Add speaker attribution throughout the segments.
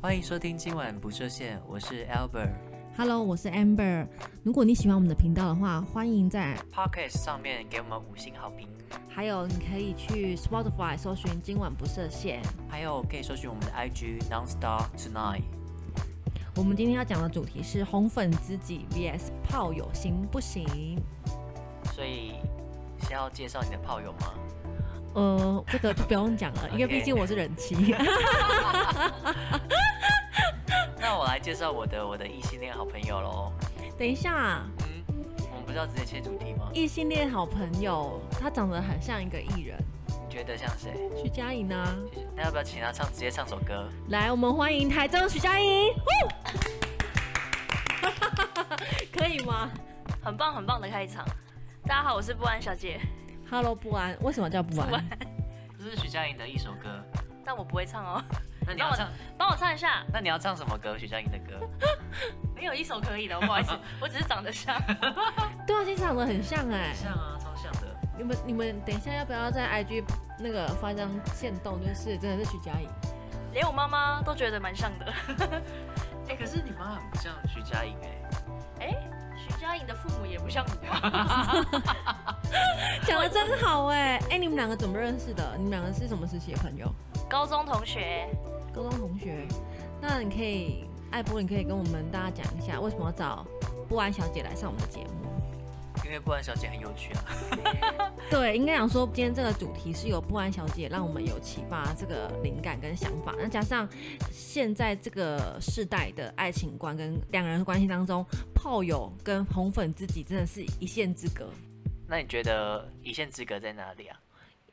Speaker 1: 欢迎收听今晚不设限，我是 Albert。
Speaker 2: Hello，我是 Amber。如果你喜欢我们的频道的话，欢迎在
Speaker 1: Podcast 上面给我们五星好评，
Speaker 3: 还有你可以去 Spotify 搜寻“今晚不设限
Speaker 1: 还有可以搜寻我们的 IG Nonstar Tonight。”。
Speaker 3: 我们今天要讲的主题是红粉知己 VS 炮友行不行？
Speaker 1: 所以先要介绍你的炮友吗？
Speaker 3: 呃，这个就不用讲 了，因为
Speaker 1: OK
Speaker 3: 毕竟我是人 妻。
Speaker 1: 那我来介绍我的我的异性恋好朋友喽。
Speaker 3: 等一下，
Speaker 1: 嗯，我们不是要直接切主题吗？
Speaker 3: 异性恋好朋友，他长得很像一个艺人，
Speaker 1: 你觉得像谁？
Speaker 3: 徐佳莹啊。
Speaker 1: 其实那要不要请他唱直接唱首歌？
Speaker 3: 来，我们欢迎台中徐佳莹。 可以吗
Speaker 4: 很棒很棒的开场。大家好，我是不安小姐，
Speaker 3: ？Hello，不安，为什么叫不
Speaker 4: 不
Speaker 3: 安
Speaker 4: 安？，
Speaker 1: 这是徐佳莹的一首歌。
Speaker 4: 但我不会唱哦，
Speaker 1: 那你要唱，
Speaker 4: 帮我唱一下。
Speaker 1: 那你要唱什么歌？徐佳莹的歌？
Speaker 4: 没有一首可以的，不好意思，我只是长得像。
Speaker 3: 对啊，其实长得很像哎、
Speaker 1: 像啊，超像的。
Speaker 3: 你们你们等一下要不要在 IG 那个发一张线动？就是真的是徐佳莹，
Speaker 4: 连我妈妈都觉得蛮像的。
Speaker 1: 哎、可是你妈很不像徐佳莹哎、
Speaker 4: 哎，徐佳莹的父母也不像你吗？
Speaker 3: 讲的真好哎、哎、你们两个怎么认识的？你们两个是什么时期的朋友？
Speaker 4: 高中同学，
Speaker 3: 高中同学。那你可以，艾波，你可以跟我们大家讲一下，为什么要找不安小姐来上我们的节目？
Speaker 1: 因为不然小姐很有趣啊。
Speaker 3: 对，应该讲说今天这个主题是由不安小姐让我们有启发这个灵感跟想法，那加上现在这个世代的爱情观跟两人的关系当中，炮友跟红粉知己真的是一线之隔。
Speaker 1: 那你觉得一线之隔在哪里啊？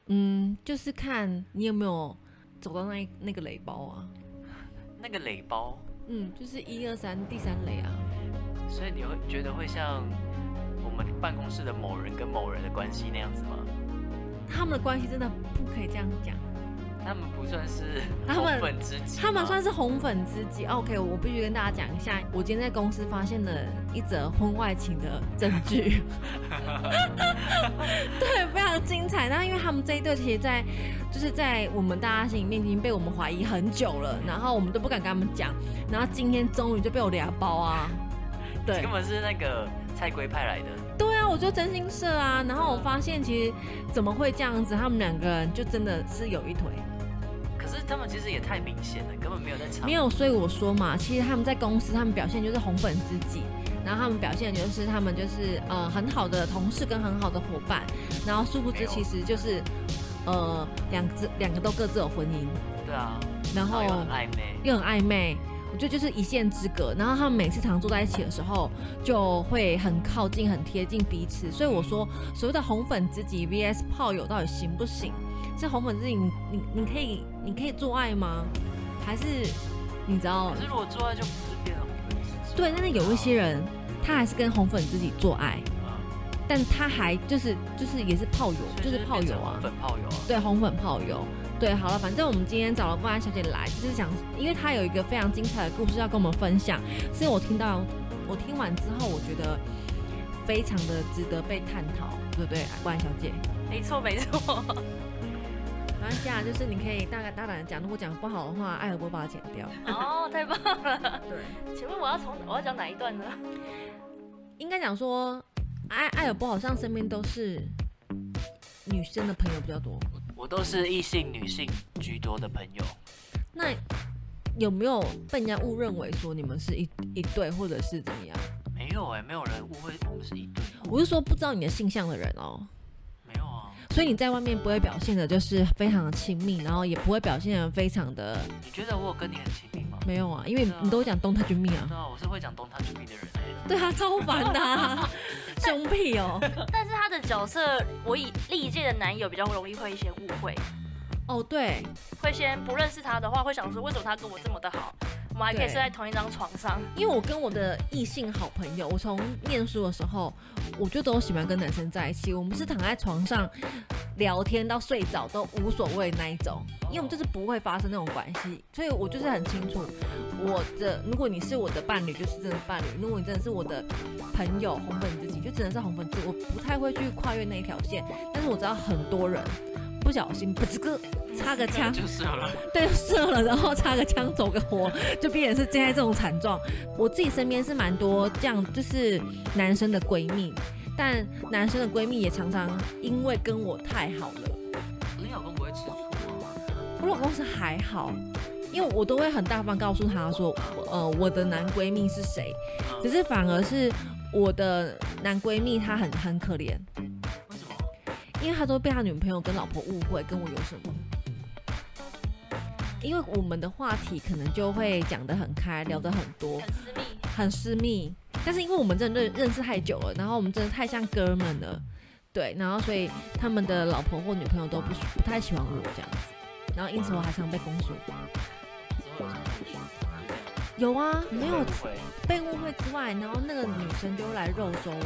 Speaker 3: 嗯，就是看你有没有走到那一那个雷包啊。
Speaker 1: 那个垒包，
Speaker 3: 嗯，就是一二三第三雷啊。
Speaker 1: 所以你会觉得会像我们办公室的某人跟某人的关系那样子吗？
Speaker 3: 他们的关系真的不可以这样讲，
Speaker 1: 他们不算是
Speaker 3: 他们
Speaker 1: 红粉知己吗，
Speaker 3: 他们算是红粉知己。OK，我必须跟大家讲一下，我今天在公司发现了一则婚外情的证 据，对，非常精彩。那因为他们这一对其实在，就是在我们大家心里面已经被我们怀疑很久了，然后我们都不敢跟他们讲，然后今天终于就被我俩包 啊，对，
Speaker 1: 根本是那个菜龟派来的。
Speaker 3: 对啊，我就真心社啊，然后我发现其实怎么会这样子，他们两个人就真的是有一腿，
Speaker 1: 可是他们其实也太明显了，根本没有在藏。
Speaker 3: 没有，所以我说嘛，其实他们在公司，他们表现就是红粉知己，然后他们表现就是他们就是呃很好的同事跟很好的伙伴，然后殊不
Speaker 1: 没
Speaker 3: 知
Speaker 1: 有
Speaker 3: 其实就是呃两只两个都各自有婚姻，
Speaker 1: 对啊，
Speaker 3: 然后
Speaker 1: 又很暧昧。
Speaker 3: 又很暧昧。我觉得就是一线之隔，然后他们每次常坐在一起的时候，就会很靠近、很贴近彼此。所以我说，所谓的红粉知己 VS 炮友到底行不行？这红粉知己你，你你可以你可以做爱吗？还是你知道
Speaker 1: 可？是如果做爱就不是变成红粉知己。
Speaker 3: 对，但是有一些人他还是跟红粉知己做爱，
Speaker 1: 啊，
Speaker 3: 但他还就是就是也是炮友，
Speaker 1: 所以
Speaker 3: 就是炮
Speaker 1: 变
Speaker 3: 友
Speaker 1: 成
Speaker 3: 啊
Speaker 1: 红。粉炮友啊。
Speaker 3: 对，红粉炮友。对，好了，反正我们今天找了布兰小姐来，就是想，因为她有一个非常精彩的故事要跟我们分享，所以我听到，我听完之后，我觉得非常的值得被探讨，对不对，布兰小姐？
Speaker 4: 没错没错。
Speaker 3: 没关系啊，就是你可以大概大胆的讲，如果讲不好的话，艾尔波把它剪掉。
Speaker 4: 哦，太棒了。
Speaker 3: 对，
Speaker 4: 请问我要从我要讲哪一段呢？
Speaker 3: 应该讲说，艾艾尔波好像身边都是女生的朋友比较多，
Speaker 1: 我都是异性女性居多的朋友。
Speaker 3: 那有没有被人家误认为说你们是一一对，或者是怎么样？
Speaker 1: 没有哎、没有人误会我们是一对啊。
Speaker 3: 我是说不知道你的性向的人哦，
Speaker 1: 没有啊，
Speaker 3: 所以你在外面不会表现的就是非常的亲密，然后也不会表现的非常的
Speaker 1: 你觉得我有跟你很亲密吗？
Speaker 3: 没有啊，因为你都会讲 don't touch me 啊，
Speaker 1: 对啊，我是会讲 don't touch me 的人哎、
Speaker 3: 对啊，超烦的、啊，凶屁哦，
Speaker 4: 但是她的角色，我以历届的男友比较容易会先误会，
Speaker 3: 哦对，
Speaker 4: 会先不认识她的话，会想说为什么她跟我这么的好，我们还可以
Speaker 3: 对
Speaker 4: 睡在同一张床上。
Speaker 3: 因为我跟我的异性好朋友，我从念书的时候，我就都喜欢跟男生在一起，我们是躺在床上聊天到睡着都无所谓那一种，因为我们就是不会发生那种关系，所以我就是很清楚，我的如果你是我的伴侣，就是真的伴侣；如果你真的是我的朋友，红粉知己，就真的是红粉知己，我不太会去跨越那一条线，但是我知道很多人。不小心不吱个插个枪，
Speaker 1: 就是了。
Speaker 3: 对，射了，然后插个枪走个火，就必然是现在这种惨状。我自己身边是蛮多这样，就是男生的闺蜜，但男生的闺蜜也常常因为跟我太好了，
Speaker 1: 你老公不会吃醋吗？
Speaker 3: 我老公是还好，因为我都会很大方告诉他说，呃，我的男闺蜜是谁，
Speaker 1: 嗯
Speaker 3: 只是反而是我的男闺蜜他很很可怜，
Speaker 1: 为什么？
Speaker 3: 因为他都被他女朋友跟老婆误会，跟我有什么？因为我们的话题可能就会讲得很开，聊得很多，
Speaker 4: 很
Speaker 3: 很私
Speaker 4: 私密，
Speaker 3: 密。但是因为我们真的认认识太久了，然后我们真的太像哥们了，对，然后所以他们的老婆或女朋友都不喜不太喜欢我这样子，然后因此我还常被封锁。
Speaker 1: 之后有什么问题
Speaker 3: 有啊，没有
Speaker 1: 会不会
Speaker 3: 被误会之外，然后那个女生就来肉搜我。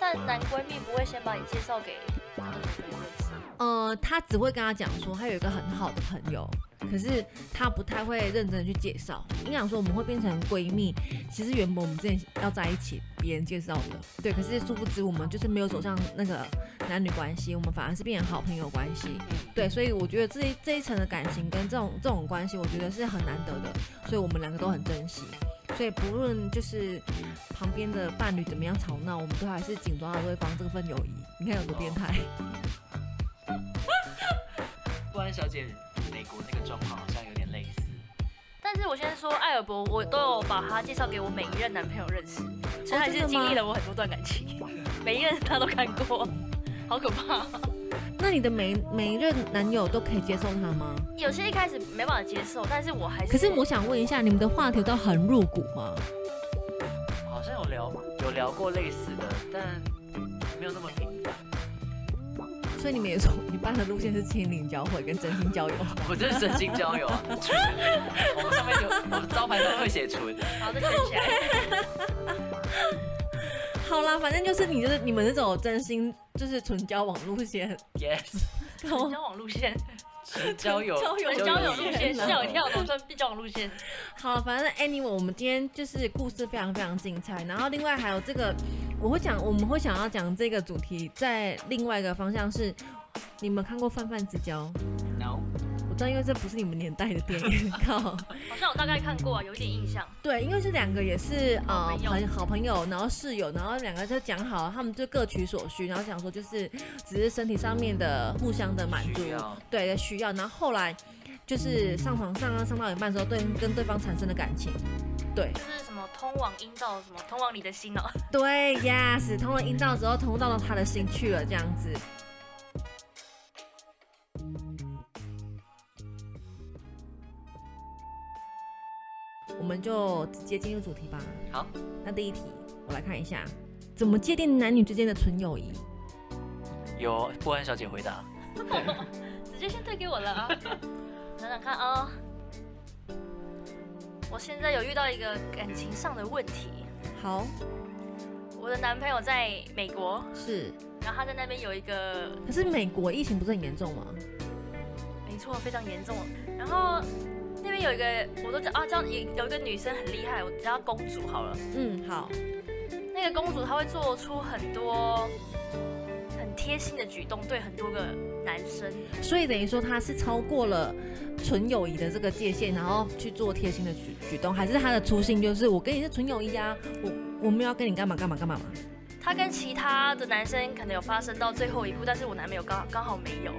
Speaker 4: 但男闺蜜不会先把你介绍给他的女朋友认识。
Speaker 3: 呃，他只会跟他讲说他有一个很好的朋友，可是他不太会认真的去介绍。应该讲说我们会变成闺蜜，其实原本我们之前要在一起，别人介绍的，对。可是殊不知我们就是没有走上那个男女关系，我们反而是变成好朋友关系。对，所以我觉得这一这一层的感情跟这种这种关系，我觉得是很难得的，所以我们两个都很珍惜。所以不论就是旁边的伴侣怎么样吵闹，我们都还是紧抓着对方这份友谊。你看有多变态。
Speaker 1: 不然小姐，美国那个状况好像有点类似。
Speaker 4: 但是我先说艾尔伯，我都有把他介绍给我每一任男朋友认识，所以他
Speaker 3: 真的
Speaker 4: 已经经
Speaker 3: 吗
Speaker 4: 历了我很多段感情， 每一任他都看过， 好可怕。
Speaker 3: 那你的每每一任男友都可以接受他吗？
Speaker 4: 有些一开始没办法接受，但是我还是
Speaker 3: 可是我想问一下，你们的话题都很入骨吗？
Speaker 1: 好像有聊有聊过类似的，但没有那么频繁。
Speaker 3: 所以你们也走一半的路线是心灵交汇跟真心交友。
Speaker 1: 我这是真心交 友啊，纯我们上面有我们招牌上会写纯，
Speaker 4: 好再圈起来。
Speaker 3: 好啦，反正就是你就是你们这种真心就是纯交往路 线，
Speaker 1: yes，
Speaker 4: 纯交往路 线，
Speaker 1: 纯交友，
Speaker 3: 纯交友
Speaker 4: 哦纯交友路线，
Speaker 3: 天哪
Speaker 4: 吓我一跳，怎么算必交往路线？
Speaker 3: 好，反正 anyway，我们今天就是故事非常非常精彩，然后另外还有这个，我会讲，我们会想要讲这个主题，在另外一个方向是，你们看过《泛泛之交》？
Speaker 1: No，
Speaker 3: 我知道，因为这不是你们年代的电影， 靠。
Speaker 4: 好像我大概看过啊，有一点印象。
Speaker 3: 对，因为这两个也是呃
Speaker 4: 好朋友
Speaker 3: 朋好朋友，然后室友，然后两个就讲好，他们就各取所需，然后讲说就是只是身体上面的互相的满足，
Speaker 1: 需要
Speaker 3: 对的需要，然后后来就是上床上啊上到一半的时候，对跟对方产生的感情，对
Speaker 4: 就是什么通往阴道，什么通往你的心哦。
Speaker 3: 对，yes，通了阴道之后，通到了他的心去了，这样子。我们就直接进入主题吧。
Speaker 1: 好，
Speaker 3: 那第一题，我来看一下，怎么界定男女之间的纯友谊？
Speaker 1: 有波安小姐回答，
Speaker 4: 直接先退给我了啊！ 想想看啊、我现在有遇到一个感情上的问题。
Speaker 3: 好，
Speaker 4: 我的男朋友在美国，
Speaker 3: 是，
Speaker 4: 然后他在那边有一个，
Speaker 3: 可是美国疫情不是很严重吗？
Speaker 4: 没错，非常严重。然后那边有一个，我都叫啊叫有有一个女生很厉害，我叫她公主好了。
Speaker 3: 嗯，好，
Speaker 4: 那个公主她会做出很多很贴心的举动，对很多个男生。
Speaker 3: 所以等于说他是超过了纯友谊的这个界限，然后去做贴心的举举动，还是他的初心就是我跟你是纯友谊啊，我我们要跟你干嘛干嘛干嘛嘛？
Speaker 4: 她跟其他的男生可能有发生到最后一步，但是我男朋友刚刚好没有。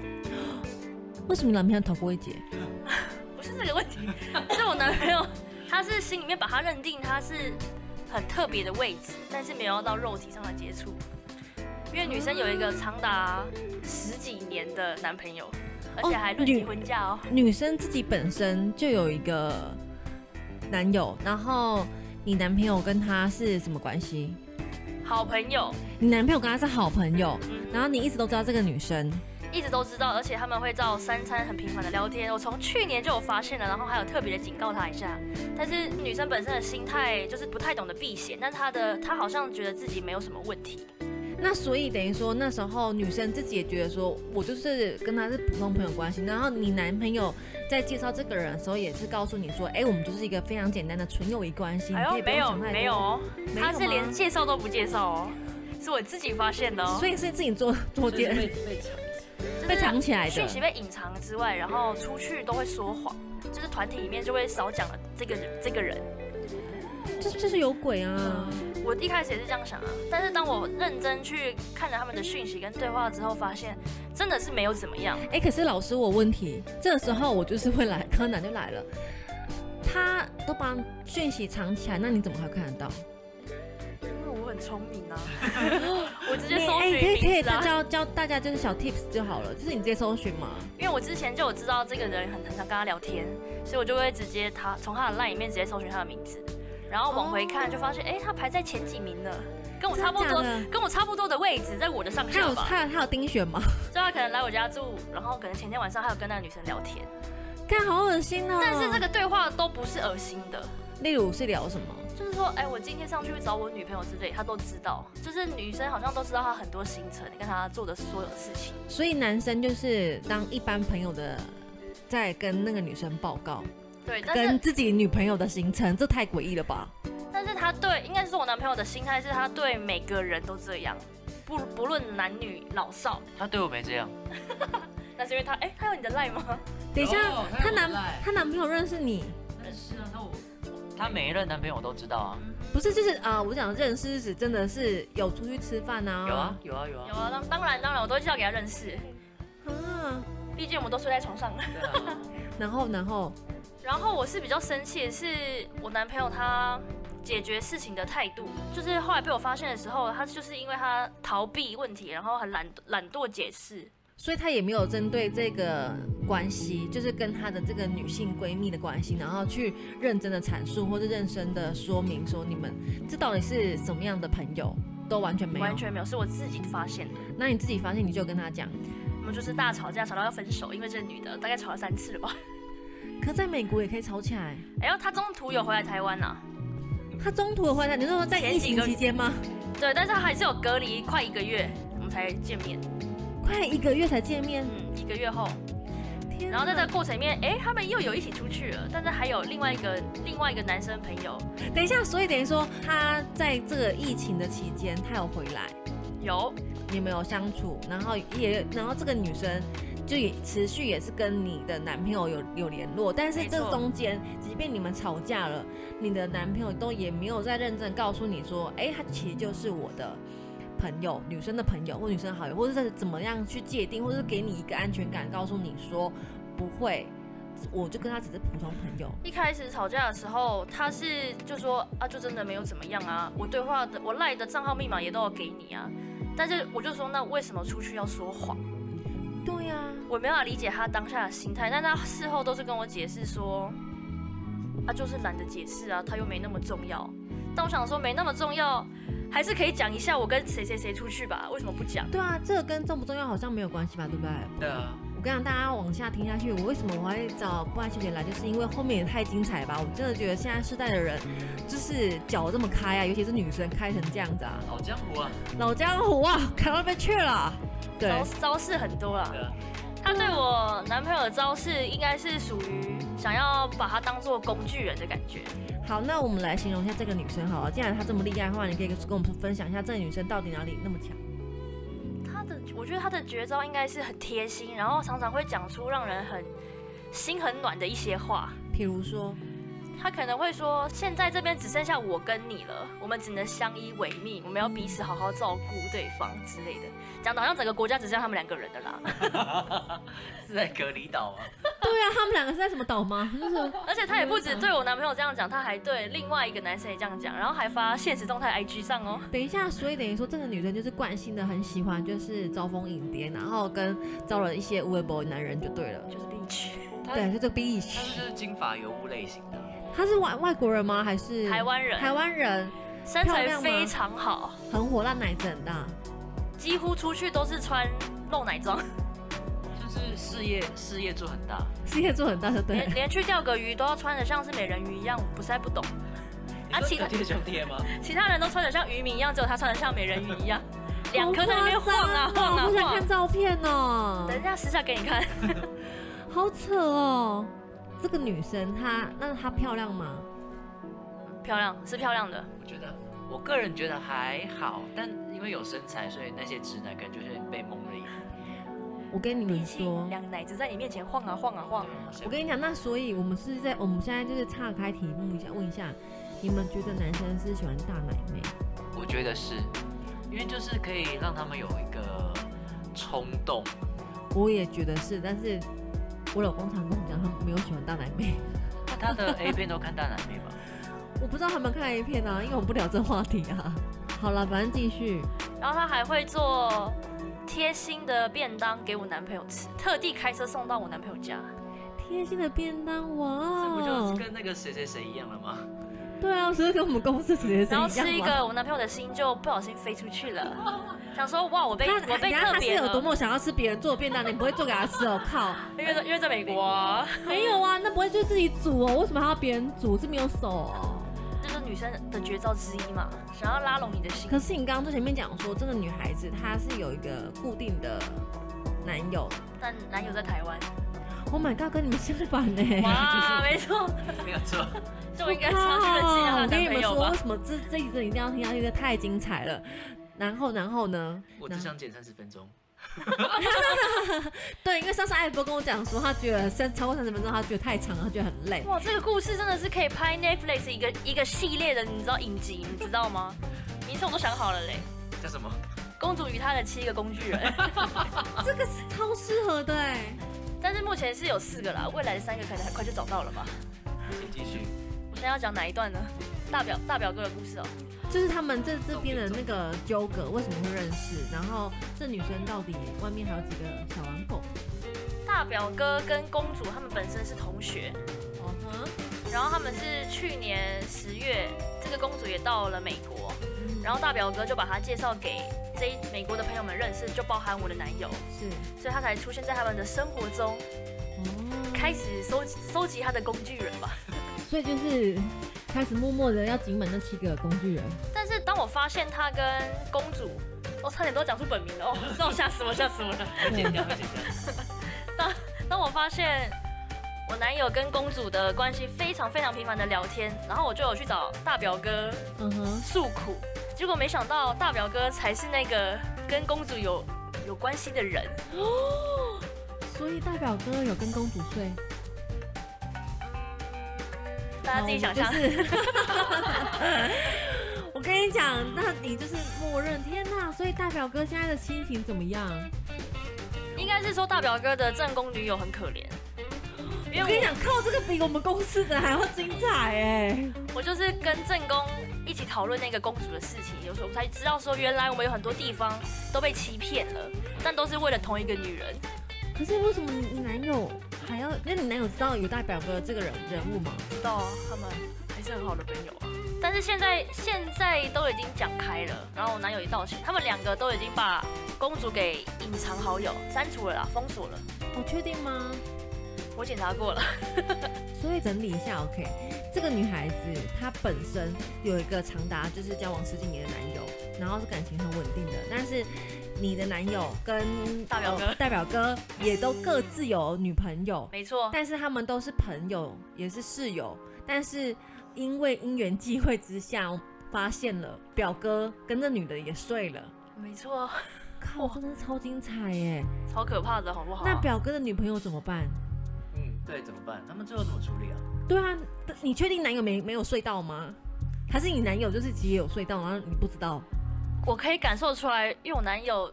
Speaker 3: 为什么你男朋友逃过一劫？
Speaker 4: 不是这个问题， 是我男朋友，他是心里面把他认定他是很特别的位置，但是没有到肉体上的接触。因为女生有一个长达十几年的男朋
Speaker 3: 哦
Speaker 4: 友，而且还论及婚嫁哦。
Speaker 3: 女生自己本身就有一个男友，然后你男朋友跟他是什么关系？
Speaker 4: 好朋友
Speaker 3: 你男朋友跟她是好朋友
Speaker 4: 嗯，
Speaker 3: 然后你一直都知道这个女生，
Speaker 4: 一直都知道，而且他们会照三餐很频繁的聊天。我从去年就有发现了，然后还有特别的警告他一下。但是女生本身的心态就是不太懂得避嫌，但她的她好像觉得自己没有什么问题。
Speaker 3: 那所以等于说那时候女生自己也觉得说，我就是跟她是普通朋友关系。然后你男朋友在介绍这个人的时候，也是告诉你说，哎、我们就是一个非常简单的纯友谊关系，你
Speaker 4: 哎
Speaker 3: 可
Speaker 4: 呦
Speaker 3: 以，不
Speaker 4: 没
Speaker 3: 用
Speaker 4: 有
Speaker 3: 想太多。
Speaker 4: 没有哦。
Speaker 3: 没有
Speaker 4: 他
Speaker 3: 吗，
Speaker 4: 是连介绍都不介绍哦，是我自己发现的哦。
Speaker 3: 所以是自己做做
Speaker 1: 就是
Speaker 3: 点。
Speaker 1: 被被抢
Speaker 4: 就就是
Speaker 3: 被藏起来
Speaker 4: 讯息
Speaker 3: 的。
Speaker 4: 被隐藏之外，然后出去都会说谎，就是团体里面就会少讲了这个人这个人。
Speaker 3: 这这是有鬼啊！
Speaker 4: 我一开始也是这样想啊，但是当我认真去看了他们的讯息跟对话之后，发现真的是没有怎么 样。
Speaker 3: 哎，可是老师，我有问题，这个时候我就是会来，柯南就来了。他都把讯息藏起来，那你怎么还看得到？
Speaker 4: 因为我很聪明 啊，我直接
Speaker 3: 你
Speaker 4: 搜
Speaker 3: 哎可以
Speaker 4: 寻
Speaker 3: 可以，
Speaker 4: 名字
Speaker 3: 大
Speaker 4: 啊，
Speaker 3: 家教大家就是小 tips 就好了，就是你直接搜寻嘛。
Speaker 4: 因为我之前就有知道这个人很很常跟他聊天，所以我就会直接他从他的 line 里面直接搜寻他的名字，然后往回看就发现，哎、他排在前几名了，跟我差
Speaker 3: 嗯
Speaker 4: 不
Speaker 3: 真的
Speaker 4: 多
Speaker 3: 假，的
Speaker 4: 跟我差不多的位置，在我的上
Speaker 3: 他
Speaker 4: 下
Speaker 3: 有
Speaker 4: 吧。
Speaker 3: 他他有盯选 吗？
Speaker 4: 所以他可能来我家住，然后可能前天晚上还有跟那个女生聊 天，
Speaker 3: 看好恶心哦。
Speaker 4: 但是这个对话都不是恶心的，
Speaker 3: 例如是聊什么？
Speaker 4: 就是说，哎、我今天上去找我女朋友之类，他都知道，就是女生好像都知道他很多行程跟他做的所有事情。
Speaker 3: 所以男生就是当一般朋友的，在跟那个女生报告，
Speaker 4: 对，但
Speaker 3: 跟
Speaker 4: 是
Speaker 3: 自己女朋友的行程，这太诡异了吧？
Speaker 4: 但是他对，应该是说我男朋友的心态是他对每个人都这样，不不论男女老少，
Speaker 1: 他对我没这样，
Speaker 4: 那是因为他，哎、他有你的赖吗？
Speaker 3: 等一下，
Speaker 1: 哦
Speaker 3: 她
Speaker 1: 有
Speaker 3: 男
Speaker 1: 赖
Speaker 3: 她男朋友认识你，
Speaker 1: 但是啊，那我他每一任男朋友我都知道啊，
Speaker 3: 不是就是啊、呃我讲的认识是指真的是有出去吃饭啊，
Speaker 1: 有啊，有啊有
Speaker 4: 有
Speaker 1: 啊，
Speaker 4: 啊，当当然当然，我都会介绍给他认识，
Speaker 3: 啊，
Speaker 4: 毕竟我们都睡在床上。
Speaker 1: 对啊，
Speaker 3: 然后然后
Speaker 4: 然后我是比较生气的是，我男朋友他解决事情的态度，就是后来被我发现的时候，他就是因为他逃避问题，然后很懒懒惰解释。
Speaker 3: 所以她也没有针对这个关系，就是跟她的这个女性闺蜜的关系，然后去认真的阐述或者认真的说明说你们这到底是什么样的朋友，都完全没有。
Speaker 4: 完。全没有，是我自己发现的。
Speaker 3: 那你自己发现你就跟她讲。
Speaker 4: 我们就是大吵架，吵到要分手，因为这个女的大概吵了三次了吧。
Speaker 3: 可在美国也可以吵起来。
Speaker 4: 然后他中途有回来台湾呐、啊
Speaker 3: 她中途的回来，你是说在疫
Speaker 4: 前几
Speaker 3: 情
Speaker 4: 个
Speaker 3: 期间吗？
Speaker 4: 对，但是他还是有隔离快一个月，我们才见面。
Speaker 3: 快一个月才见面，
Speaker 4: 嗯，一个月后，
Speaker 3: 天哪！
Speaker 4: 然后在这个过程里面，哎，他们又有一起出去了，但是还有另外一个另外一个男生朋友
Speaker 3: 等一下，所以等于说她在这个疫情的期间，她有回来，
Speaker 4: 有
Speaker 3: 你们有相处，然后也，然后这个女生就也持续也是跟你的男朋友有有联络，但是
Speaker 4: 没
Speaker 3: 这
Speaker 4: 错
Speaker 3: 中间，即便你们吵架了，你的男朋友都也没有在认真告诉你说，哎，他其实就是我的。朋友，女生的朋友或女生好友，或者是怎么样去界定，或者是给你一个安全感，告诉你说不会，我就跟他只是普通朋友。
Speaker 4: 一开始吵架的时候，他是就说啊，就真的没有怎么样啊，我对话的我赖的账号密码也都有给你啊，但是我就说那为什么出去要说谎？
Speaker 3: 对呀、
Speaker 4: 我没办法理解他当下的心态，但他事后都是跟我解释说，啊就是懒得解释啊，他又没那么重要。但我想说没那么重要，还是可以讲一下我跟谁谁谁出去吧，为什么不讲？
Speaker 3: 对啊，这个跟重不重要好像没有关系吧，对不对？
Speaker 1: 对啊，
Speaker 3: 我跟你讲，大家往下听下去，我为什么我会找布莱小姐来，就是因为后面也太精彩吧！我真的觉得现在世代的人，就是脚这么开啊，尤其是女生开成这样子啊，
Speaker 1: 老江湖啊，
Speaker 3: 老江湖啊，开到那边去了。啊对，
Speaker 4: 招招式很多啦
Speaker 1: 对。啊，
Speaker 4: 他对我男朋友的招式应该是属于想要把他当做工具人的感觉。
Speaker 3: 好，那我们来形容一下这个女生好了。既然她这么厉害的话，你可以跟我们分享一下这个女生到底哪里那么强？
Speaker 4: 他的，我觉得他的绝招应该是很贴心，然后常常会讲出让人很心很暖的一些话。
Speaker 3: 比如说，
Speaker 4: 他可能会说：“现在这边只剩下我跟你了，我们只能相依为命，我们要彼此好好照顾对方之类的。”讲的好像整个国家只剩下他们两个人的 啦。
Speaker 1: 是在隔离岛啊，
Speaker 3: 对啊，他们两个是在什么岛吗？就是
Speaker 4: 而且他也不止对我男朋友这样讲，他还对另外一个男生也这样讲，然后还发现实动态 IG 上哦。
Speaker 3: 等一下，所以等于说这个女生就是惯性的很喜欢，就是招蜂引蝶，然后跟招了一些无微博男人就对了。
Speaker 4: 就是 beach，
Speaker 1: 他
Speaker 3: 对，
Speaker 1: 他
Speaker 3: 就这个 B
Speaker 1: 是就是金发尤物类型的，
Speaker 3: 他是外外国人吗？还是
Speaker 4: 台湾人，
Speaker 3: 台湾人
Speaker 4: 身
Speaker 3: 漂
Speaker 4: 材
Speaker 3: 亮吗
Speaker 4: 非常好，
Speaker 3: 很火辣，奶子很大。
Speaker 4: 几乎出去都是穿露奶装，
Speaker 1: 就是事业事业做很大，
Speaker 3: 事业做很大就对
Speaker 4: 连
Speaker 3: 了。
Speaker 4: 连去钓个鱼都要穿的像是美人鱼一样，我不是还不懂。啊
Speaker 1: 你
Speaker 4: 其
Speaker 1: 说
Speaker 4: 他
Speaker 1: 隔天兄弟吗？
Speaker 4: 其他人都穿得像渔民一样，只有他穿得像美人鱼一样，两颗
Speaker 3: 好
Speaker 4: 在那边
Speaker 3: 夸
Speaker 4: 晃
Speaker 3: 张
Speaker 4: 啊
Speaker 3: 哦
Speaker 4: 晃啊
Speaker 3: 我想
Speaker 4: 晃
Speaker 3: 看。照片哦
Speaker 4: 等，一下私下给你看，
Speaker 3: 好扯哦。这个女生她那她漂亮吗？
Speaker 4: 漂亮是漂亮的，
Speaker 1: 我觉得，我个人觉得还好，但因为有身材，所以那些直男感觉是被蒙了眼。
Speaker 3: 我跟你
Speaker 4: 明
Speaker 3: 们说
Speaker 4: 星，两奶子在你面前晃啊晃啊晃啊，
Speaker 3: 我跟你讲，那所以我们是在我们现在就是岔开题目一下，问一下，你们觉得男生是喜欢大奶妹？
Speaker 1: 我觉得是，因为就是可以让他们有一个冲动，
Speaker 3: 我也觉得是，但是我老公常跟我讲，他没有喜欢大奶妹。
Speaker 1: 那他的 A 片都看大奶妹吧？
Speaker 3: 我不知道他们看 A 片啊，因为我们不聊这话题啊。 好了，反正继续。
Speaker 4: 然后他还会做贴心的便当给我男朋友吃，特地开车送到我男朋友 家。
Speaker 3: 贴心的便当哇
Speaker 1: 这不就是
Speaker 3: 哦，
Speaker 1: 跟那个谁谁谁一样了吗？
Speaker 3: 对啊，是不是跟我们公司直接是
Speaker 4: 然后
Speaker 3: 一样
Speaker 4: 吃一
Speaker 3: 吗
Speaker 4: 个我男朋友的心就不小心飞出去了，想说哇，我被
Speaker 3: 那
Speaker 4: 我
Speaker 3: 等
Speaker 4: 被
Speaker 3: 一下
Speaker 4: 特
Speaker 3: 他是
Speaker 4: 别
Speaker 3: 有多
Speaker 4: 了，
Speaker 3: 么想要吃别人做的便当，你不会做给他吃哦？靠，
Speaker 4: 因为在因为在美国啊，
Speaker 3: 没有啊，那不会就自己煮哦？为什么还要别人煮？这没有手哦。
Speaker 4: 这就是女生的绝招之一嘛，想要拉拢你的心。
Speaker 3: 可是你刚刚最前面讲说，真的女孩子她是有一个固定的男友。
Speaker 4: 但男友在 台湾，
Speaker 3: Oh my god，跟你们相反欸呢、
Speaker 4: 哇，没错，
Speaker 1: 没有错，
Speaker 4: 就应该常去认识一下她
Speaker 3: 我
Speaker 4: 的
Speaker 3: 跟
Speaker 4: 男
Speaker 3: 你
Speaker 4: 朋
Speaker 3: 们
Speaker 4: 友
Speaker 3: 说，
Speaker 4: 吧
Speaker 3: 为。什么这这一阵一定要听下去？这太精彩了。然后，然后呢？
Speaker 1: 我只想减三十分钟。
Speaker 3: 对，因为上次艾博跟我讲说，他觉得三超过三十分钟，他觉得太长了，他觉得很累。
Speaker 4: 哇，这个故事真的是可以拍 Netflix 一个一个系列的，你知道影集，你知道吗？名称我都想好了嘞，
Speaker 1: 叫什么？
Speaker 4: 《公主与她的七个工具人》
Speaker 3: 这个是超适合的哎、
Speaker 4: 但是目前是有四个啦，未来的三个可能很快就找到了吧。
Speaker 1: 请继续。
Speaker 4: 我现在要讲哪一段呢？大表大表哥的故事哦、
Speaker 3: 就是他们这这边的那个纠葛，为什么会认识？然后这女生到底外面还有几个小狼狗？
Speaker 4: 大表哥跟公主他们本身是同学，
Speaker 3: 哦
Speaker 4: 嗯
Speaker 3: 哼，
Speaker 4: 然后他们是去年十月，这个公主也到了美国，
Speaker 3: 嗯
Speaker 4: 然后大表哥就把她介绍给这一美国的朋友们认识，就包含我的男友，
Speaker 3: 是
Speaker 4: 所以她才出现在他们的生活中，
Speaker 3: 哦，
Speaker 4: 开始收集收集她的工具人吧。
Speaker 3: 所以就是开始默默的要紧满那七个工具人。
Speaker 4: 但是当我发现她跟公主，我、差点都要讲出本名了哦， 让我吓死我，吓死我了。
Speaker 1: 剪掉，剪掉。
Speaker 4: 当我发现我男友跟公主的关系非常非常频繁的聊天，然后我就有去找大表哥
Speaker 3: 嗯哼，
Speaker 4: 诉苦，结果没想到大表哥才是那个跟公主有有关系的人。
Speaker 3: 所以大表哥有跟公主睡，
Speaker 4: 大家自己想象
Speaker 3: 好。我就是、 我跟你讲，那你就是默认。天哪，所以大表哥现在的心情怎么样？
Speaker 4: 应该是说大表哥的正宫女友很可怜，因
Speaker 3: 我跟你
Speaker 4: 为
Speaker 3: 讲，靠这个比我们公司的还要精彩哎！
Speaker 4: 我我就是跟正宫一起讨论那个公主的事情，有时候我才知道说原来我们有很多地方都被欺骗了，但都是为了同一个女人。
Speaker 3: 可是为什么你男友还要？那你男友知道有大表哥这个人人物吗？
Speaker 4: 知道啊，他们还是很好的朋友啊。但是现在现在都已经讲开了，然后我男友也道歉，他们两个都已经把公主给隐藏好友删除了啦，封锁了。
Speaker 3: 我哦确定吗？
Speaker 4: 我检查 过了，
Speaker 3: 所以整理一下，OK，这个女孩子她本身有一个长达就是交往十几年的男友，然后是感情很稳定的，但是你的男友跟
Speaker 4: 大表哥
Speaker 3: 呃大表哥也都各自有女朋友，
Speaker 4: 没错，
Speaker 3: 但是他们都是朋友，也是室友，但是因为因缘际会之下，我发现了表哥跟这女的也睡了，
Speaker 4: 没错，
Speaker 3: 靠，真的超精彩耶！
Speaker 4: 超可怕的，好不好？
Speaker 3: 那表哥的女朋友怎么办？
Speaker 1: 嗯，对，怎么办？他们最后怎么处理啊？
Speaker 3: 对啊，你确定男友没没有睡到吗？还是你男友就是其实有睡到，然后你不知道？
Speaker 4: 我可以感受出来，因为我男友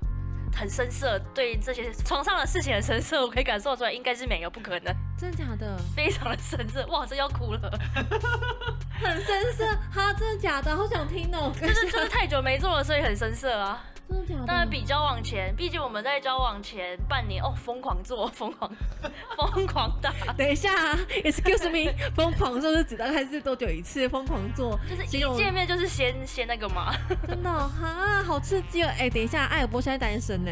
Speaker 4: 很深色，对这些床上的事情很深色，我可以感受出来，应该是没有，不可能，
Speaker 3: 真的假的？
Speaker 4: 非常的深色。哇，这要哭了，
Speaker 3: 很深色哈，真的假的？好想听 哦！
Speaker 4: 这 是就是太久没做了，所以很深色啊。
Speaker 3: 真的假的？
Speaker 4: 当然比交往前，毕竟我们在交往前半年哦，疯狂做，疯狂，疯狂打，
Speaker 3: 等一下、啊、，excuse me，疯 狂做是指大概是多久一次？疯狂做
Speaker 4: 就是
Speaker 3: 形容
Speaker 4: 一见面就是先先那个嘛。
Speaker 3: 真的哦哈、好刺激哦！哎、等一下，艾尔波现在单身呢、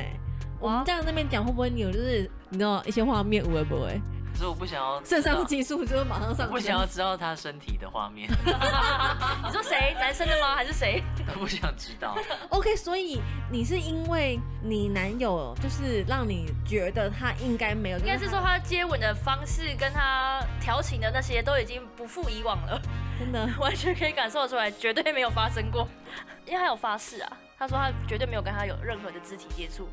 Speaker 3: 我们这样那边讲会不会你有就是你知道一些画面，会不会
Speaker 1: 可是我不想要
Speaker 3: 肾上
Speaker 1: 知道
Speaker 3: 激素就是马上上
Speaker 1: 我
Speaker 3: 升？
Speaker 1: 不想要知道他身体的画 面，
Speaker 4: 你说谁？男生的吗？还是谁？
Speaker 1: 我不想知道。
Speaker 3: OK，所以你是因为你男友就是让你觉得他应该没有，
Speaker 4: 应该是说他接吻的方式跟他调情的那些都已经不复以往了，
Speaker 3: 真的
Speaker 4: 完全可以感受出来，绝对没有发生过。因为他有发誓啊，他说他绝对没有跟他有任何的肢体接触，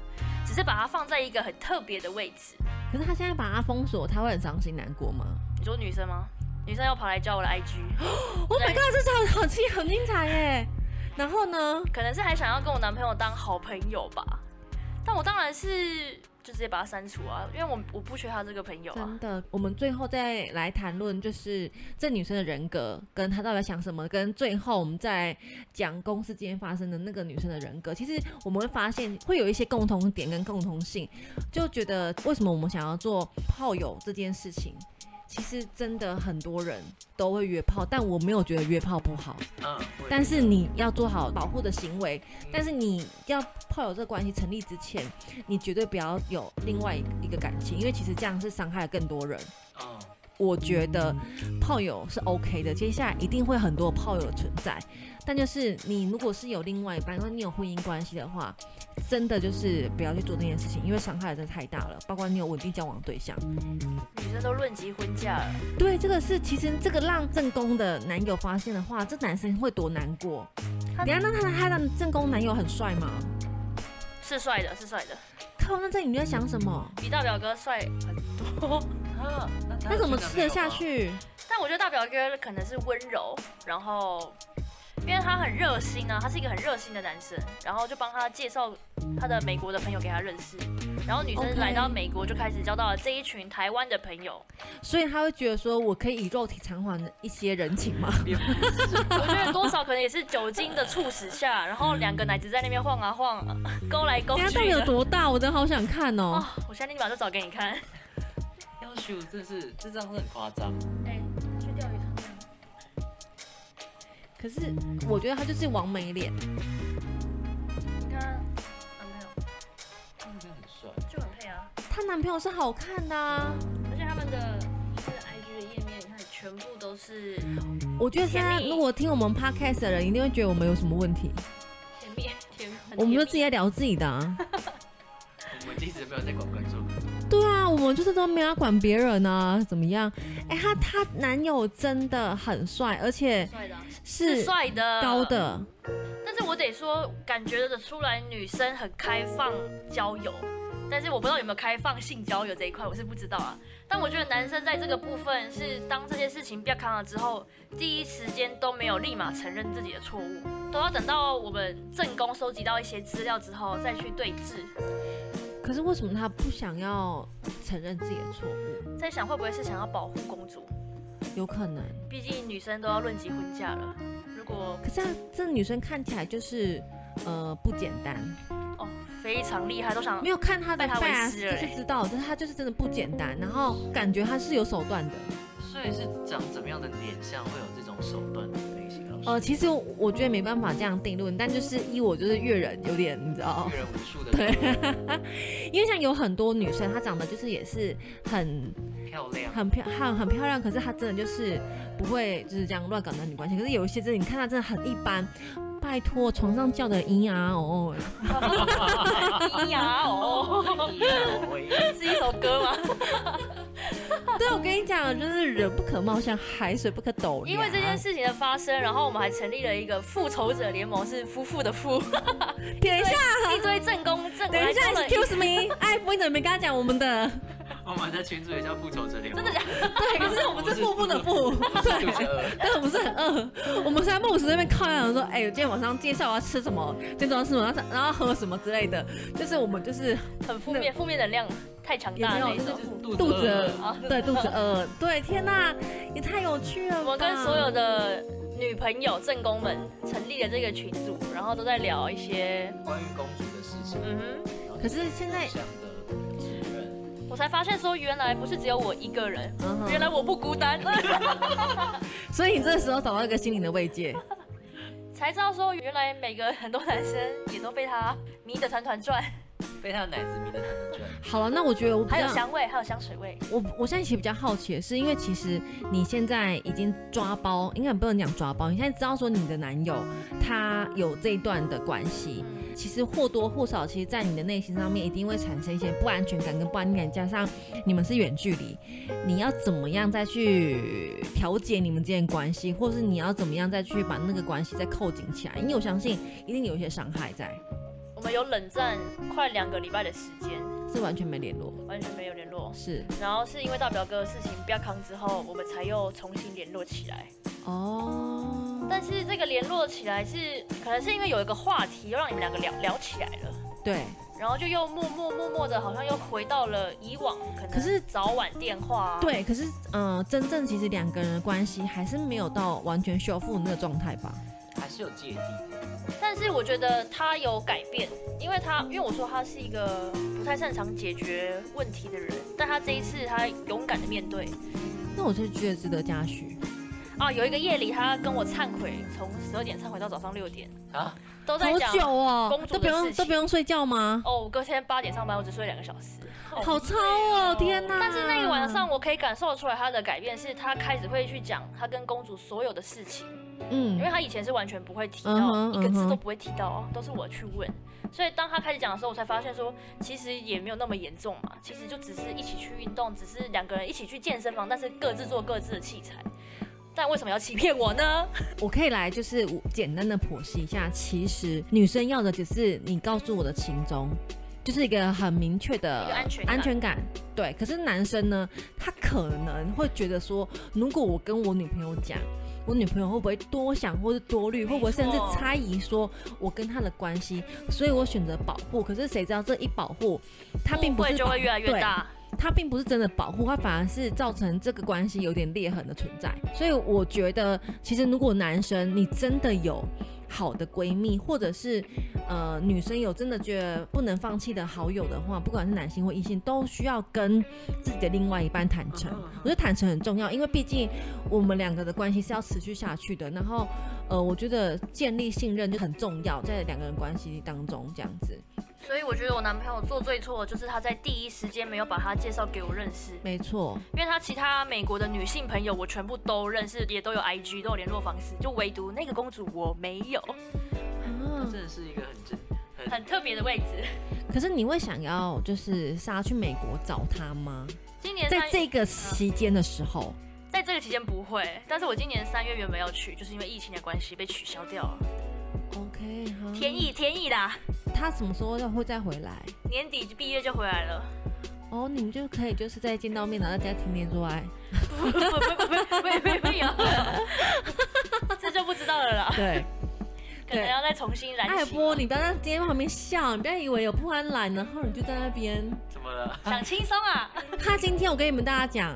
Speaker 4: 只是把他放在一个很特别的位置。
Speaker 3: 可是他现在把他封锁，他会很伤心难过吗
Speaker 4: 你说女生吗？女生要跑来加我的 IG，
Speaker 3: ？Oh my god，这场好戏很精彩耶！然后呢？
Speaker 4: 可能是还想要跟我男朋友当好朋友吧。但我当然是就直接把他删除啊，因为我我不缺他这个朋友啊
Speaker 3: 真。的，我们最后再来谈论，就是这女生的人格跟她到底想什么，跟最后我们再讲公司之间发生的那个女生的人格。其实我们会发现会有一些共同点跟共同性，就觉得为什么我们想要做炮友这件事情。其实真的很多人都会约炮，但我没有觉得约炮不好。
Speaker 1: 嗯，我也
Speaker 3: 但
Speaker 1: 觉
Speaker 3: 是
Speaker 1: 得
Speaker 3: 你要做好保护的行为，但是你要炮友这个关系成立之前，你绝对不要有另外一个感情，因为其实这样是伤害了更多人。
Speaker 1: 嗯
Speaker 3: 我觉得炮友是 OK 的，接下来一定会很多炮友的存在，但就是你如果是有另外一半，或你有婚姻关系的话，真的就是不要去做这件事情，因为伤害真的太大了。包括你有稳定交往对象，
Speaker 4: 女生都论及婚嫁了，
Speaker 3: 对这个是其实这个让正宫的男友发现的话，这男生会多难过。
Speaker 4: 他
Speaker 3: 等一下那他他的正宫男友很帅吗？
Speaker 4: 是帅的，是帅的，
Speaker 3: 靠，那这女在想什么？
Speaker 4: 比大表哥帅很多。
Speaker 1: 啊，他
Speaker 3: 那
Speaker 1: 有
Speaker 3: 怎么
Speaker 1: 去男
Speaker 3: 吃
Speaker 1: 朋
Speaker 3: 得
Speaker 1: 友
Speaker 3: 下
Speaker 1: 吗？
Speaker 4: 啊
Speaker 3: 去？
Speaker 4: 但我觉得大表哥可能是温柔，然后因为他很热心啊，他是一个很热心的男生，然后就帮他介绍他的美国的朋友给他认识，然后女
Speaker 3: OK
Speaker 4: 生来到美国就开始交到了这一群台湾的朋友。
Speaker 3: 所以他会觉得说，我可以以肉体偿还一些人情吗？
Speaker 4: 我觉得多少可能也是酒精的促使下，然后两个奶子在那边晃啊晃，勾来勾
Speaker 3: 等一下到底
Speaker 4: 去
Speaker 3: 有
Speaker 4: 的。
Speaker 3: 多大？我真的好想看哦
Speaker 4: 哦。，我现在立马就找给你看。
Speaker 1: 要求真是这张是很夸张，
Speaker 4: 哎，去钓鱼场。
Speaker 3: 可是我觉得他就是王美脸，
Speaker 4: 你看，啊没有，
Speaker 1: 他们真的很帅。
Speaker 4: 就很配啊。
Speaker 3: 她男朋友是好看的、啊。
Speaker 4: 而且他们的就是 IG 的页面，你看全部都是
Speaker 3: 我觉得现在
Speaker 4: 甜蜜
Speaker 3: 如果听我们 podcast 的人，一定会觉得我们有什么问题。
Speaker 4: 甜蜜甜，很
Speaker 3: 我们就
Speaker 4: 甜蜜
Speaker 3: 自己在聊自己的、啊。
Speaker 1: 我们一直没有在管观众，
Speaker 3: 对啊，我们就是都没有要管别人啊，怎么样？哎、她她男友真的很帅，而且
Speaker 4: 帅的啊，是
Speaker 3: 是
Speaker 4: 帅的，
Speaker 3: 高。的。
Speaker 4: 但是我得说，感觉得出来女生很开放交友，但是我不知道有没有开放性交友这一块，我是不知道啊。但我觉得男生在这个部分是，当这些事情被康了之后，第一时间都没有立马承认自己的错误，都要等到我们正宫收集到一些资料之后再去对峙。
Speaker 3: 可是为什么她不想要承认自己的错误？
Speaker 4: 在想会不会是想要保护公主，
Speaker 3: 有可能。
Speaker 4: 毕竟女生都要论及婚嫁了。如果
Speaker 3: 可是她这女生看起来就是呃不简单，
Speaker 4: 哦非常厉害，都想
Speaker 3: 没有看她的
Speaker 4: 拜她为
Speaker 3: fast
Speaker 4: 师了
Speaker 3: 就
Speaker 4: 欸
Speaker 3: 知道，就是她就是真的不简单，然后感觉她是有手段的。
Speaker 1: 所以是长怎么样的脸相会有这种手段的类型？老师
Speaker 3: 呃，其实我觉得没办法这样定论，但就是依我就是阅人有点你知道，
Speaker 1: 阅人无数的
Speaker 3: 对
Speaker 1: 人，
Speaker 3: 因为像有很多女生她长得就是也是很
Speaker 1: 漂亮，
Speaker 3: 很漂很很漂亮，可是她真的就是不会就是这样乱搞男女关系。可是有一些真的你看她真的很一般，拜托床上叫的咿呀哦哦，
Speaker 4: 咿呀哦，是一首歌吗？
Speaker 3: 对我跟你讲，就是人不可貌相，海水不可斗量。
Speaker 4: 因为这件事情的发生，然后我们还成立了一个复仇者联盟，是夫妇的 夫，
Speaker 3: 等一下，
Speaker 4: 一堆正宫正，
Speaker 3: 等一下
Speaker 4: 我还做了
Speaker 3: ，excuse me，艾哎福你怎么没跟他讲我们的？
Speaker 1: 我们在群组也叫复仇者联盟，真的
Speaker 3: 对，可是我们是腹部的腹，
Speaker 1: 假
Speaker 3: 对。但我们是很饿，我们三不五时在那边靠讲说，哎、我今天晚上介绍我要吃什么，今天早上吃什么，然后喝什么之类的，就是我们就是
Speaker 4: 很负面，负面能量太强大
Speaker 3: 也
Speaker 4: 了
Speaker 3: 没
Speaker 4: 那
Speaker 3: 有
Speaker 4: 种。
Speaker 1: 肚
Speaker 3: 肚子
Speaker 1: 饿
Speaker 3: 饿，对肚子饿，对，天哪，也太有趣了吧。
Speaker 4: 我们跟所有的女朋友正宫们成立了这个群组，然后都在聊一些，
Speaker 1: 关于公主的事情。
Speaker 4: 嗯哼，
Speaker 1: 然后
Speaker 3: 可是现在
Speaker 1: 这样的指认，
Speaker 4: 我才发现说原来不是只有我一个人，
Speaker 3: 嗯哼
Speaker 4: 原来我不孤单，
Speaker 3: 所以你这时候找到一个心灵的慰藉，
Speaker 4: 才知道说原来每个很多男生也都被他迷得团 团转，
Speaker 1: 被他的奶子迷得团团转。
Speaker 3: 好了，那我觉得我比
Speaker 4: 还有
Speaker 3: 较，
Speaker 4: 香味，还有香水味，
Speaker 3: 我我现在其实比较好奇的是，因为其实你现在已经抓包，应该不能讲抓包，你现在知道说你的男友他有这一段的关系，
Speaker 4: 嗯，
Speaker 3: 其实或多或少，其实，在你的内心上面一定会产生一些不安全感跟不安全感，加上你们是远距离，你要怎么样再去调节你们之间的关系，或是你要怎么样再去把那个关系再扣紧起来？因为我相信一定有一些伤害在，
Speaker 4: 我们有冷战快两个礼拜的时间，
Speaker 3: 是完全没联络，
Speaker 4: 完全没有联络。
Speaker 3: 是
Speaker 4: 然后是因为大表哥的事情不要康之后，我们才又重新联络起来。
Speaker 3: 哦，
Speaker 4: 但是这个联络起来是，可能是因为有一个话题又让你们两个聊聊起来了，
Speaker 3: 对，
Speaker 4: 然后就又默默默默的，好像又回到了以往，可能
Speaker 3: 可是
Speaker 4: 早晚电话、啊，
Speaker 3: 对，可是嗯、呃真正其实两个人的关系还是没有到完全修复那个状态吧？
Speaker 1: 还是有芥蒂。
Speaker 4: 但是我觉得他有改变，因为他因为我说他是一个不太擅长解决问题的人，但他这一次他勇敢的面对
Speaker 3: 那我就觉得值得嘉许。
Speaker 4: 啊，有一个夜里他跟我忏悔，从十二点忏悔到早上六点
Speaker 1: 啊，
Speaker 4: 都在
Speaker 3: 好
Speaker 4: 讲
Speaker 3: 久哦
Speaker 4: 公，主
Speaker 3: 都不
Speaker 4: 的
Speaker 3: 用
Speaker 4: 事
Speaker 3: 都不
Speaker 4: 情
Speaker 3: 用睡觉吗？
Speaker 4: 哦，我隔天八点上班，我只睡两个小时，
Speaker 3: 好超哦，天哪！
Speaker 4: 但是那个晚上，我可以感受出来他的改变，是他开始会去讲他跟公主所有的事情，因为
Speaker 3: 嗯，
Speaker 4: 他以前是完全不会提
Speaker 3: 嗯
Speaker 4: 到，
Speaker 3: 哼
Speaker 4: 一个
Speaker 3: 嗯
Speaker 4: 字
Speaker 3: 哼
Speaker 4: 都不会提到哦，都是我去问。所以当他开始讲的时候，我才发现说，其实也没有那么严重嘛，其实就只是一起去运动，只是两个人一起去健身房，但是各自做各自的器材。但为什么要欺骗我呢？
Speaker 3: 我可以来就是我简单的剖析一下，其实女生要的只是你告诉我的情中，就是一个很明确的
Speaker 4: 一个安全感
Speaker 3: 感对，可是男生呢，他可能会觉得说，如果我跟我女朋友讲。我女朋友会不会多想，或是多虑，会不会甚至
Speaker 4: 没错
Speaker 3: 猜疑说我跟她的关系，所以我选择保护。可是谁知道这一保护，她并不
Speaker 4: 误
Speaker 3: 是
Speaker 4: 会就
Speaker 3: 保
Speaker 4: 会越来越
Speaker 3: 对
Speaker 4: 大。
Speaker 3: 它并不是真的保护，它反而是造成这个关系有点裂痕的存在。所以我觉得，其实如果男生你真的有好的闺蜜，或者是呃女生有真的觉得不能放弃的好友的话，不管是男性或异性，都需要跟自己的另外一半坦诚。我觉得坦诚很重要，因为毕竟我们两个的关系是要持续下去的。然后，呃，我觉得建立信任就很重要，在两个人关系当中这样子。
Speaker 4: 所以我觉得我男朋友做最错的就是他在第一时间没有把他介绍给我认识，
Speaker 3: 没错，
Speaker 4: 因为他其他美国的女性朋友我全部都认识，也都有 IG 都有联络方式，就唯独那个公主我没有，
Speaker 1: 这
Speaker 3: 啊
Speaker 1: 真的是一个很真
Speaker 4: 很特别的位置。
Speaker 3: 可是你会想要就是杀去美国找他吗？
Speaker 4: 今年
Speaker 3: 在
Speaker 4: 三
Speaker 3: 这个期间的时候，
Speaker 4: 在这个期间不会，但是我今年三月原本要去，就是因为疫情的关系被取消掉了。
Speaker 3: OK 哈，
Speaker 4: 天意天意啦，
Speaker 3: 他什么时候要会再回来？
Speaker 4: 年底毕业就回来了。
Speaker 3: 哦，你们就可以就是再见到面，然后大家天天做爱。
Speaker 4: 不不不不不不有，这就不知道了啦，
Speaker 3: 对，
Speaker 4: 可能要再重新燃
Speaker 3: 艾
Speaker 4: 起。
Speaker 3: 波，哎你不要在今天旁边笑，你不要以为有不安懒，然后你就在那边。
Speaker 1: 怎么了？
Speaker 4: 想轻松啊，
Speaker 3: 他今天我跟你们大家讲。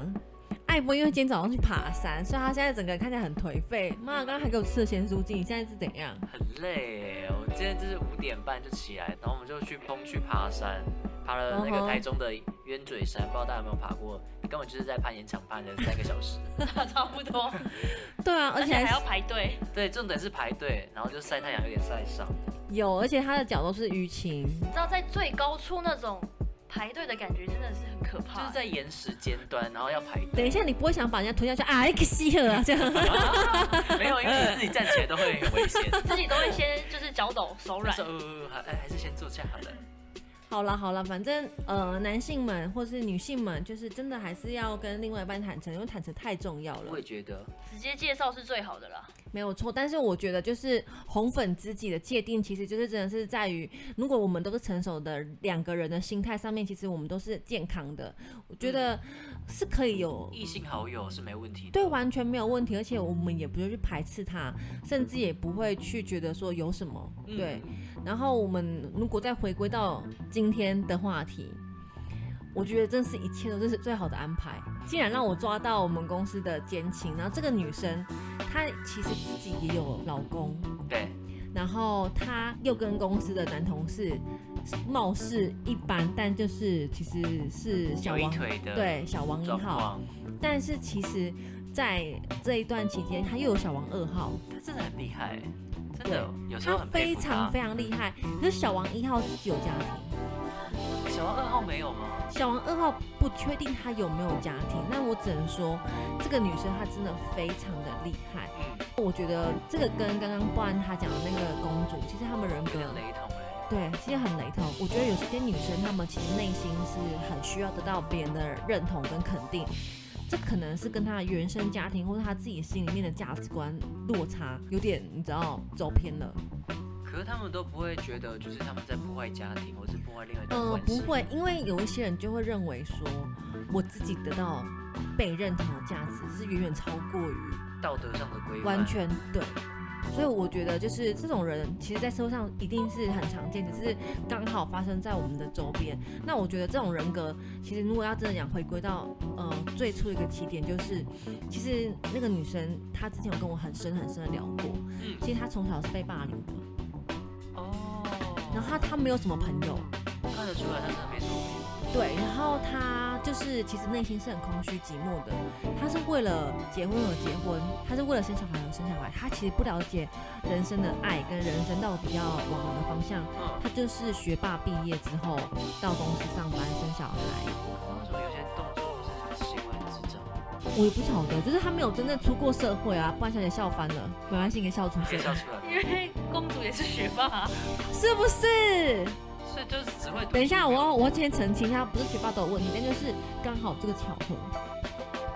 Speaker 3: 艾波因为今天早上去爬山，所以他现在整个人看起来很颓废。妈，刚刚还给我吃了咸酥鸡，你现在是怎样？
Speaker 1: 很累耶，我今天就是五点半就起来，然后我们就去东去爬山，爬了那
Speaker 3: 嗯哼
Speaker 1: 个台中的鸢嘴山，不知道大家有没有爬过？你根本就是在攀岩场攀了三个小 时。
Speaker 4: 差不多，
Speaker 3: 对啊，而
Speaker 4: 而且
Speaker 3: 且还
Speaker 4: 还
Speaker 3: 是
Speaker 4: 要排队。
Speaker 1: 对，重点是排队，然后就晒太阳，有点晒伤。
Speaker 3: 有，而且他的脚都是淤青。
Speaker 4: 你知道在最高处那种排队的感觉真的是很可
Speaker 1: 就
Speaker 4: 怕，
Speaker 1: 是在岩石尖端，然后要排
Speaker 3: 等
Speaker 1: 队。
Speaker 3: 一下，你不会想把人家推下去啊？ 哎可惜了啊，这样。
Speaker 1: 没有，因为你自己站起来都会很危险。
Speaker 4: 自己都会先就是脚抖手
Speaker 1: 就
Speaker 4: 软
Speaker 1: 是。呃，还哎还是先坐下好了。
Speaker 3: 嗯好了好了，反正呃，男性们或是女性们，就是真的还是要跟另外一半坦诚，因为坦诚太重要
Speaker 1: 我
Speaker 3: 了
Speaker 1: 也，觉得，
Speaker 4: 直接介绍是最好的啦。
Speaker 3: 没有错。但是我觉得，就是红粉知己的界定，其实就是真的是在于，如果我们都是成熟的两个人的心态上面，其实我们都是健康的，我觉得是可以有。
Speaker 1: 异性好友是没问题的。
Speaker 3: 对，完全没有问题，而且我们也不会去排斥他，甚至也不会去觉得说有什么。
Speaker 1: 嗯
Speaker 3: 对，然后我们如果再回归到今天的话题，我觉得真是一切都是最好的安排。竟然让我抓到我们公司的奸情，然后这个女生她其实自己也有老公，
Speaker 1: 对，
Speaker 3: 然后她又跟公司的男同事貌似一般，但就是其实是小
Speaker 1: 有一
Speaker 3: 王，
Speaker 1: 腿的
Speaker 3: 对小王一
Speaker 1: 状
Speaker 3: 号，
Speaker 1: 况，
Speaker 3: 但是其实。在这一段期间，她又有小王二号，
Speaker 1: 他真的很厉害，真的有时
Speaker 3: 她
Speaker 1: 候很
Speaker 3: 非
Speaker 1: 佩服
Speaker 3: 常非常厉害。可是小王一号自己有家庭，
Speaker 1: 小王二号没有吗？
Speaker 3: 小王二号不确定她有没有家庭，那我只能说，这个女生她真的非常的厉害。
Speaker 1: 嗯，
Speaker 3: 我觉得这个跟刚刚不安她讲的那个公主，其实她们人格
Speaker 1: 有点雷同哎。
Speaker 3: 对，其实很雷同。我觉得有些女生她们其实内心是很需要得到别人的认同跟肯定，这可能是跟她的原生家庭或者她自己心里面的价值观落差有点，你知道走偏了。
Speaker 1: 可是他们都不会觉得，就是他们在破坏家庭，或是破坏另外一段
Speaker 3: 呃，
Speaker 1: 关
Speaker 3: 不
Speaker 1: 系。
Speaker 3: 会，因为有一些人就会认为说，我自己得到被认同的价值是远远超过于
Speaker 1: 道德上的规范。
Speaker 3: 完全对。所以我觉
Speaker 1: 哦
Speaker 3: 得，就是这种人，其实，在社会上一定是很常见，只是刚好发生在我们的周边。那我觉得这种人格，其实如果要真的讲回归到呃最初的一个起点，就是其实那个女生她之前有跟我很深很深的聊过，
Speaker 1: 嗯
Speaker 3: 其实她从小是被霸凌的，
Speaker 1: 哦。
Speaker 3: 然后她她没有什么朋友，
Speaker 1: 看得出来，他真的没什么朋友。
Speaker 3: 对，然后她就是其实内心是很空虚寂寞的，她是为了结婚而结婚，她是为了生小孩而生小孩，她其实不了解人生的爱跟人生到底要往哪个方向。
Speaker 1: 嗯。
Speaker 3: 她就是学霸毕业之后到公司上班生小孩，
Speaker 1: 为哦什么有些动作或是行为很智 障？
Speaker 3: 我也不晓得，就是她没有真正出过社会啊，不然小姐笑翻了，没关系，给笑出
Speaker 1: 可以
Speaker 3: 声，
Speaker 1: 笑出来，
Speaker 4: 因为公主也是学霸啊，
Speaker 3: 是不是？
Speaker 1: 所以就是只会。
Speaker 3: 等一下，我要我要先澄清一下，不是学霸都有问题，但就是刚好这个巧合，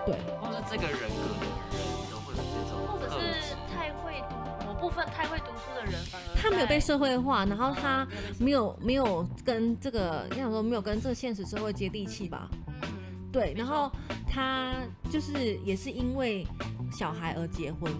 Speaker 3: 对。
Speaker 1: 光是这个人格的人都会有这种
Speaker 4: 或者
Speaker 1: 特质
Speaker 4: 是太会读，某部分太会读书的人反而
Speaker 3: 他没有被
Speaker 4: 在
Speaker 3: 社会化，然后他
Speaker 4: 没有被
Speaker 3: 没有没有跟这个，你想说没有跟这个现实社会接地气吧？
Speaker 4: 嗯
Speaker 3: 对，
Speaker 4: 没错
Speaker 3: 然后他就是也是因为小孩而结婚，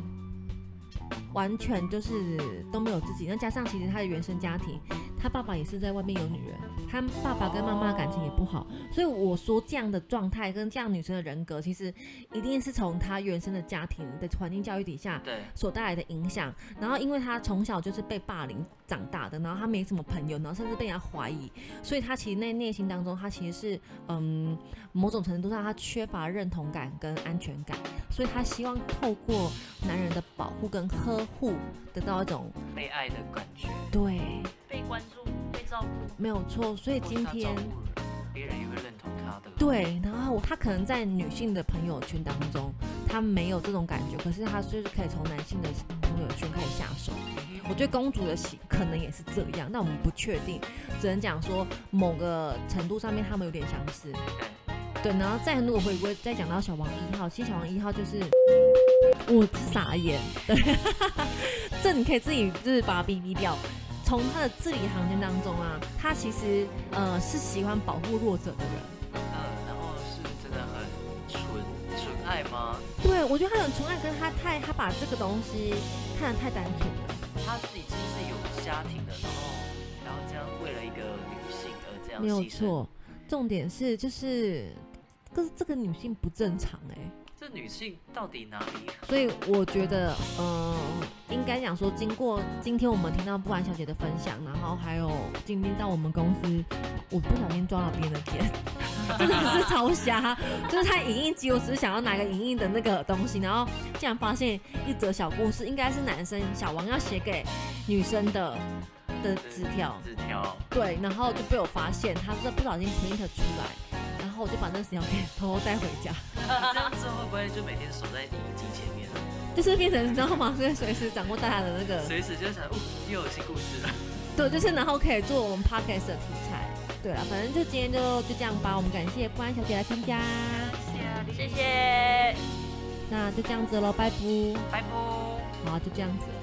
Speaker 3: 完全就是都没有自己。那加上其实他的原生家庭，他爸爸也是在外面有女人，他爸爸跟妈妈感情也不好，所以我说这样的状态跟这样女生的人格，其实一定是从他原生的家庭的环境教育底下
Speaker 1: 对，
Speaker 3: 所带来的影响。然后，因为他从小就是被霸凌长大的，然后他没什么朋友，然后甚至被人家怀疑，所以他其实内内心当中，他其实是嗯，某种程度上他缺乏认同感跟安全感，所以他希望透过男人的保护跟呵护，得到一种
Speaker 1: 被爱的感觉。
Speaker 3: 对，
Speaker 4: 被关注、被照顾，
Speaker 3: 没有错。所以
Speaker 1: 或是
Speaker 3: 今
Speaker 1: 他
Speaker 3: 天
Speaker 1: 照顾人别人也会认同他的。
Speaker 3: 对，然后他可能在女性的朋友圈当中，他没有这种感觉，可是他就是可以从男性的朋友圈开始下手。我觉得公主的喜可能也是这样，但我们不确定，只能讲说某个程度上面他们有点相似。对，然后再如果回归再讲到小王一号，其实小王一号就是我傻眼，对， 这你可以自己就是把它逼逼掉。从他的字里行间当中啊，他其实呃是喜欢保护弱者的人。
Speaker 1: 嗯，然后是真的很纯纯爱吗？
Speaker 3: 对，我觉得他很纯爱，跟他太他把这个东西看得太单纯了。
Speaker 1: 他自己其实是有家庭的，然后然后这样为了一个女性而这样
Speaker 3: 没有
Speaker 1: 牺牲，
Speaker 3: 错，重点是就是，可是这个女性不正常哎、
Speaker 1: 这女性到底哪里？
Speaker 3: 所以我觉得，嗯、应该讲说，经过今天我们听到不安小姐的分享，然后还有今天到我们公司，我不小心抓了别人的肩， 真的是超瞎，就是他影印机，我只是想要拿个影印的那个东西，然后竟然发现一则小故事，应该是男生小王要写给女生的的纸条，
Speaker 1: 纸条，
Speaker 3: 对，然后就被我发现，他是不小心 print 出来，然后我就把那纸条给偷偷带回家，
Speaker 1: 这样之后会不会就每天守在影机前面，
Speaker 3: 就是变成你知道吗？就是随时掌握大家的那个，
Speaker 1: 随时就想，哦，又有新故事了。
Speaker 3: 对，就是然后可以做我们 podcast 的题材。对了，反正就今天就就这样吧。我们感谢不安小姐来参加，
Speaker 4: 谢谢。
Speaker 3: 那就这样子喽，拜拜。
Speaker 1: 拜拜。
Speaker 3: 好，就这样子了。